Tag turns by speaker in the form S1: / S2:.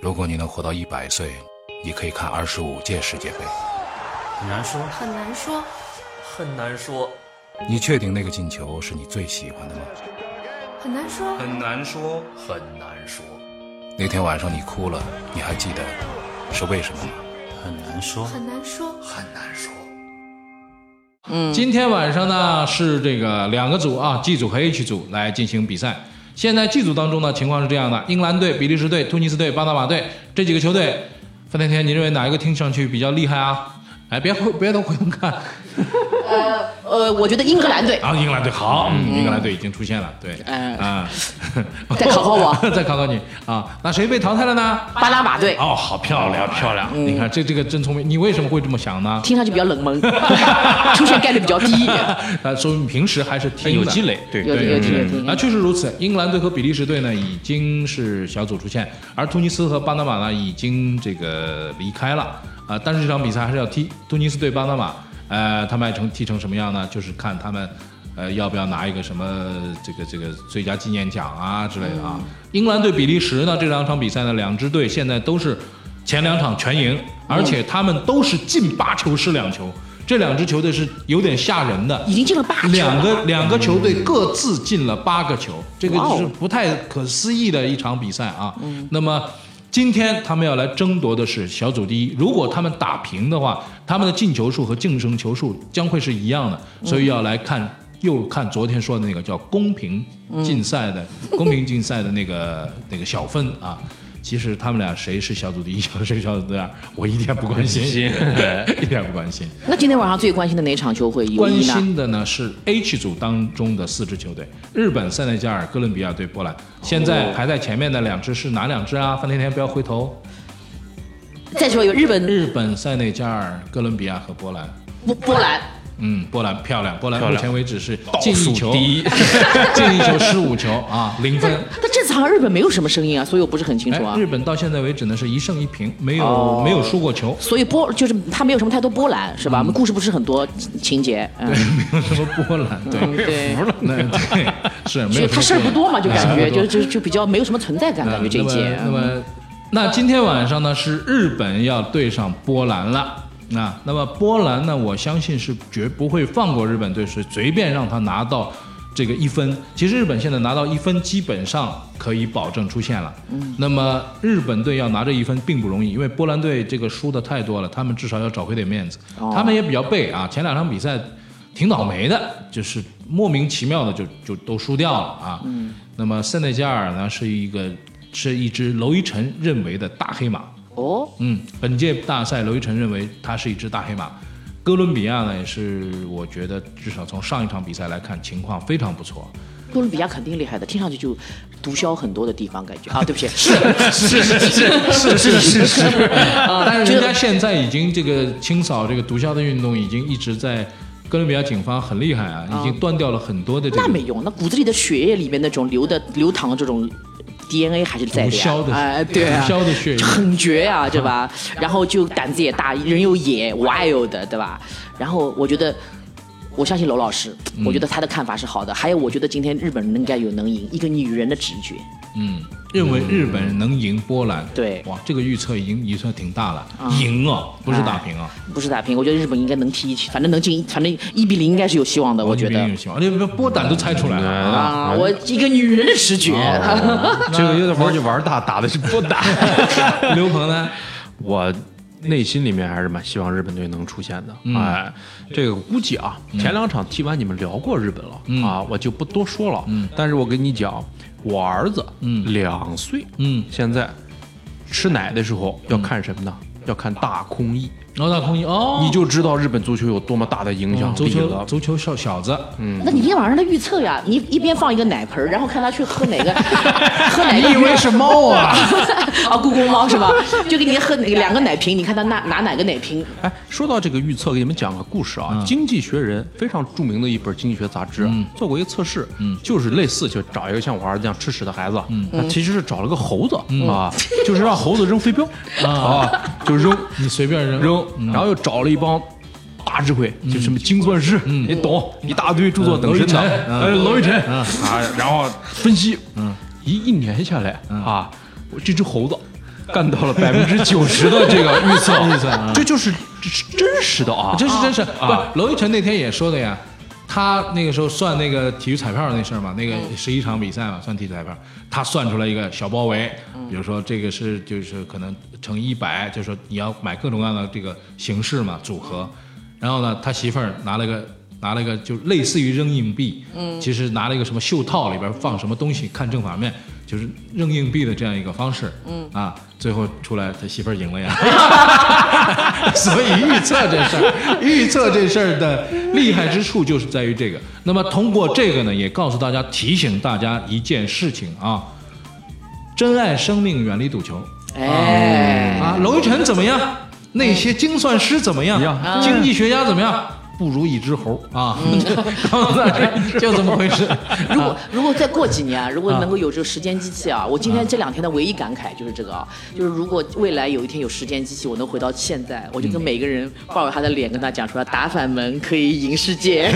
S1: 如果你能活到一百岁，你可以看二十五届世界杯。
S2: 很难说，
S3: 很难说，
S4: 很难说，
S1: 你确定那个进球是你最喜欢的吗？
S3: 很难说，
S2: 很难说，
S4: 很难说，
S1: 那天晚上你哭了，你还记得是为什么吗？
S2: 很难说，
S3: 很难说，
S4: 很难说。
S5: 嗯
S6: 今天晚上呢是这个两个组啊，G 组和 H 组来进行比赛。现在 G 组当中呢情况是这样的：英格兰队、比利时队、突尼斯队、巴拿马队这几个球队，范天天，你认为哪一个听上去比较厉害啊？哎，别回别都回头看
S5: 呃，我觉得英格兰队
S6: 啊！英格兰队好，嗯，英格兰队已经出现了，对，
S5: 嗯
S6: 啊，
S5: 再考考我，
S6: 再考考你啊！那谁被淘汰了呢？
S5: 巴拿马队
S6: 哦，好漂亮，漂亮！
S5: 嗯
S6: 你看这这个真聪明，你为什么会这么想呢？
S5: 听上去比较冷门， 出现概率比较低一 点。
S6: 啊，说明平时还是挺
S2: 有积累，
S6: 对
S5: 有有有有有
S6: 啊，确实如此。英格兰队和比利时队呢，已经是小组出线，而突尼斯和巴拿马呢，已经这个离开了啊。但是这场比赛还是要踢，突尼斯对巴拿马，呃，他们还成踢成什么样呢？就是看他们。呃，要不要拿一个什么这个这个最佳纪念奖啊之类的啊？英格兰对比利时呢，这两场比赛呢，两支队现在都是前两场全赢，而且他们都是进八球失两球，这两支球队是有点吓人的，
S5: 已经进了八球了
S6: 两个两个球队各自进了八个球，这个
S5: 哇
S6: 就
S5: 哦
S6: 是不太可思议的一场比赛啊。那
S5: 嗯
S6: 么今天他们要来争夺的是小组第一，如果他们打平的话，他们的进球数和净胜球数将会是一样的，
S5: 嗯
S6: 所以要来看。又看昨天说的那个叫公平竞赛的、
S5: 嗯
S6: 公平竞赛的那个那个小分啊，其实他们俩谁是小组第一，谁是小组第二，我一点不关心， 一点不关心。
S5: 那今天晚上最关心的哪场球会有
S6: 关
S5: 意呢？
S6: 心的呢是 H 组当中的四支球队：日本、塞内加尔、哥伦比亚对波兰。现在排在前面的两支是哪两支啊？范甜甜不要回头。
S5: 再说有日本、
S6: 日本、塞内加尔、哥伦比亚和波兰。
S5: 波波兰，
S6: 嗯，波兰漂亮，波兰
S2: 漂
S6: 目
S2: 亮
S6: 前为止是
S2: 倒
S6: 进一
S2: 数
S6: 球，
S2: 第一，
S6: 进一球失五球啊，零分。
S5: 但这次好像日本没有什么声音啊，所以我不是很清楚啊
S6: 哎，。日本到现在为止呢是一胜一平，没有、
S5: 哦
S6: 没有输过球。
S5: 所以波就是他没有什么太多波澜，是吧？
S6: 嗯
S5: 我们故事不是很多情情节，嗯，
S6: 没有什么波澜，对，
S5: 嗯对，
S6: 那 对是没
S5: 所以
S6: 有什
S5: 他
S6: 么
S5: 事儿不
S6: 波澜
S5: 多嘛，就
S6: 哎事儿
S5: 感
S6: 不
S5: 觉
S6: 多
S5: 就就就比较没有什么存在感，感觉这一嗯届
S6: 嗯那么，那么那今天晚上呢是日本要对上波兰了。那那么波兰呢，我相信是绝不会放过日本队，是随便让他拿到这个一分。其实日本现在拿到一分，基本上可以保证出线了。嗯，那么日本队要拿这一分并不容易，因为波兰队这个输的太多了，他们至少要找回点面子。
S5: 哦
S6: 他们也比较背啊，前两场比赛挺倒霉的，就是莫名其妙的就就都输掉了啊。嗯，那么塞内加尔呢是一个是一支娄一晨认为的大黑马，
S5: 哦，
S6: 嗯，本届大赛娄一晨认为他是一只大黑马。哥伦比亚呢也是我觉得至少从上一场比赛来看情况非常不错，
S5: 哥伦比亚肯定厉害的，听上去就毒枭很多的地方感觉啊，对不 起，是
S2: 是是是是是是是，
S5: 啊，
S6: 但是
S5: 就
S6: 人家现在已经这个清扫这个毒枭的运动已经一直在。哥伦比亚警方很厉害啊，已经断掉了很多的这个
S5: 那没用，那骨子里的血液里面那种流的流淌的这种 DNA 还是在的
S6: 毒枭
S5: 呀，
S6: 的
S5: 哎，对啊，
S6: 毒枭的血液
S5: 就很绝啊，对吧？然后就胆子也大，人又野，wild 的，对吧？然后我觉得。我相信娄老师，我觉得他的看法是
S6: 嗯
S5: 好的。还有，我觉得今天日本人应该有能赢，一个女人的直觉。
S6: 嗯，认为日本能赢波兰，
S5: 对啊
S6: 哇，这个预测已经预测挺大了，赢哦，不是打平哦，
S5: 不是打平，我觉得日本应该能踢，反正能进，反正一比零应该是有希望的，我觉
S6: 这边
S5: 得
S6: 有。希望，那不波胆都猜出来了，
S5: 啊，我一个女人的直觉，
S6: 哦
S2: 这个有点玩就玩大，打的是不打。
S5: 嗯
S6: 刘鹏呢？
S2: 我内心里面还是蛮希望日本队能出现的。哎，这个估计啊，前两场踢完你们聊过日本了、啊，我就不多说了。但是我跟你讲，我儿子
S6: 嗯
S2: 两岁，
S6: 嗯，
S2: 现在吃奶的时候要看什么呢？要看大空翼，
S6: 老大空一哦，
S2: 你就知道日本足球有多么大的影响
S6: 嗯足
S2: 力
S6: 球
S2: 了。
S6: 足球小小子，
S2: 嗯
S5: 那你今天晚上的预测呀，你一边放一个奶盆儿，然后看他去喝哪 个，喝哪个。
S2: 你以为是猫啊？
S5: 啊，故宫猫是吧？就给你喝哪个两个奶瓶，你看他拿拿哪个奶瓶？
S2: 哎，说到这个预测，给你们讲个故事啊。经济学人》非常著名的一本经济学杂志，做过一个测试，就是类似，就找一个像我儿子这样吃屎的孩子，他其实是找了个猴子、啊，就是让猴子扔飞镖、啊，就扔
S6: 你随便扔嗯
S2: 扔，然后又找了一帮。大智慧就什么精算师，你懂，一大堆著作等身的，
S6: 嗯
S2: 呃，娄一晨啊，
S6: 嗯
S2: 然后分析，一一年下来啊，我这只猴子干到了百分之九十的这个预测，
S6: 预测啊
S2: 这就是这是真实的啊，
S6: 这是真是不，娄艺晨那天也说的呀。他那个时候算那个体育彩票那事儿嘛，那个十一场比赛嘛，算体育彩票，他算出来一个小包围，比如说这个是就是可能乘一百，就是说你要买各种各样的这个形式嘛组合，然后呢，他媳妇儿拿了个拿了个就类似于扔硬币，嗯，其实拿了一个什么袖套里边放什么东西，看正反面，就是扔硬币的这样一个方式，嗯啊，最后出来他媳妇儿赢了呀。 所以预测这事儿，预测这事儿的厉害之处就是在于这个。那么通过这个呢，也告诉大家、提醒大家一件事情啊：珍爱生命，远离赌球
S5: 哎，
S6: 啊！娄艺晨怎么样？那些精算师怎么样
S2: 一样？
S6: 经济学家怎么样？不如一只猴啊！ 告诉大家 就这么回 事。
S2: 嗯
S5: 如果如果再过几年啊，如果能够有这个时间机器啊，我今天这两天的唯一感慨就是这个啊，就是如果未来有一天有时间机器，我能回到现在，我就
S2: 嗯
S5: 跟每个人抱着他的脸跟他讲说，打反门可以赢世界。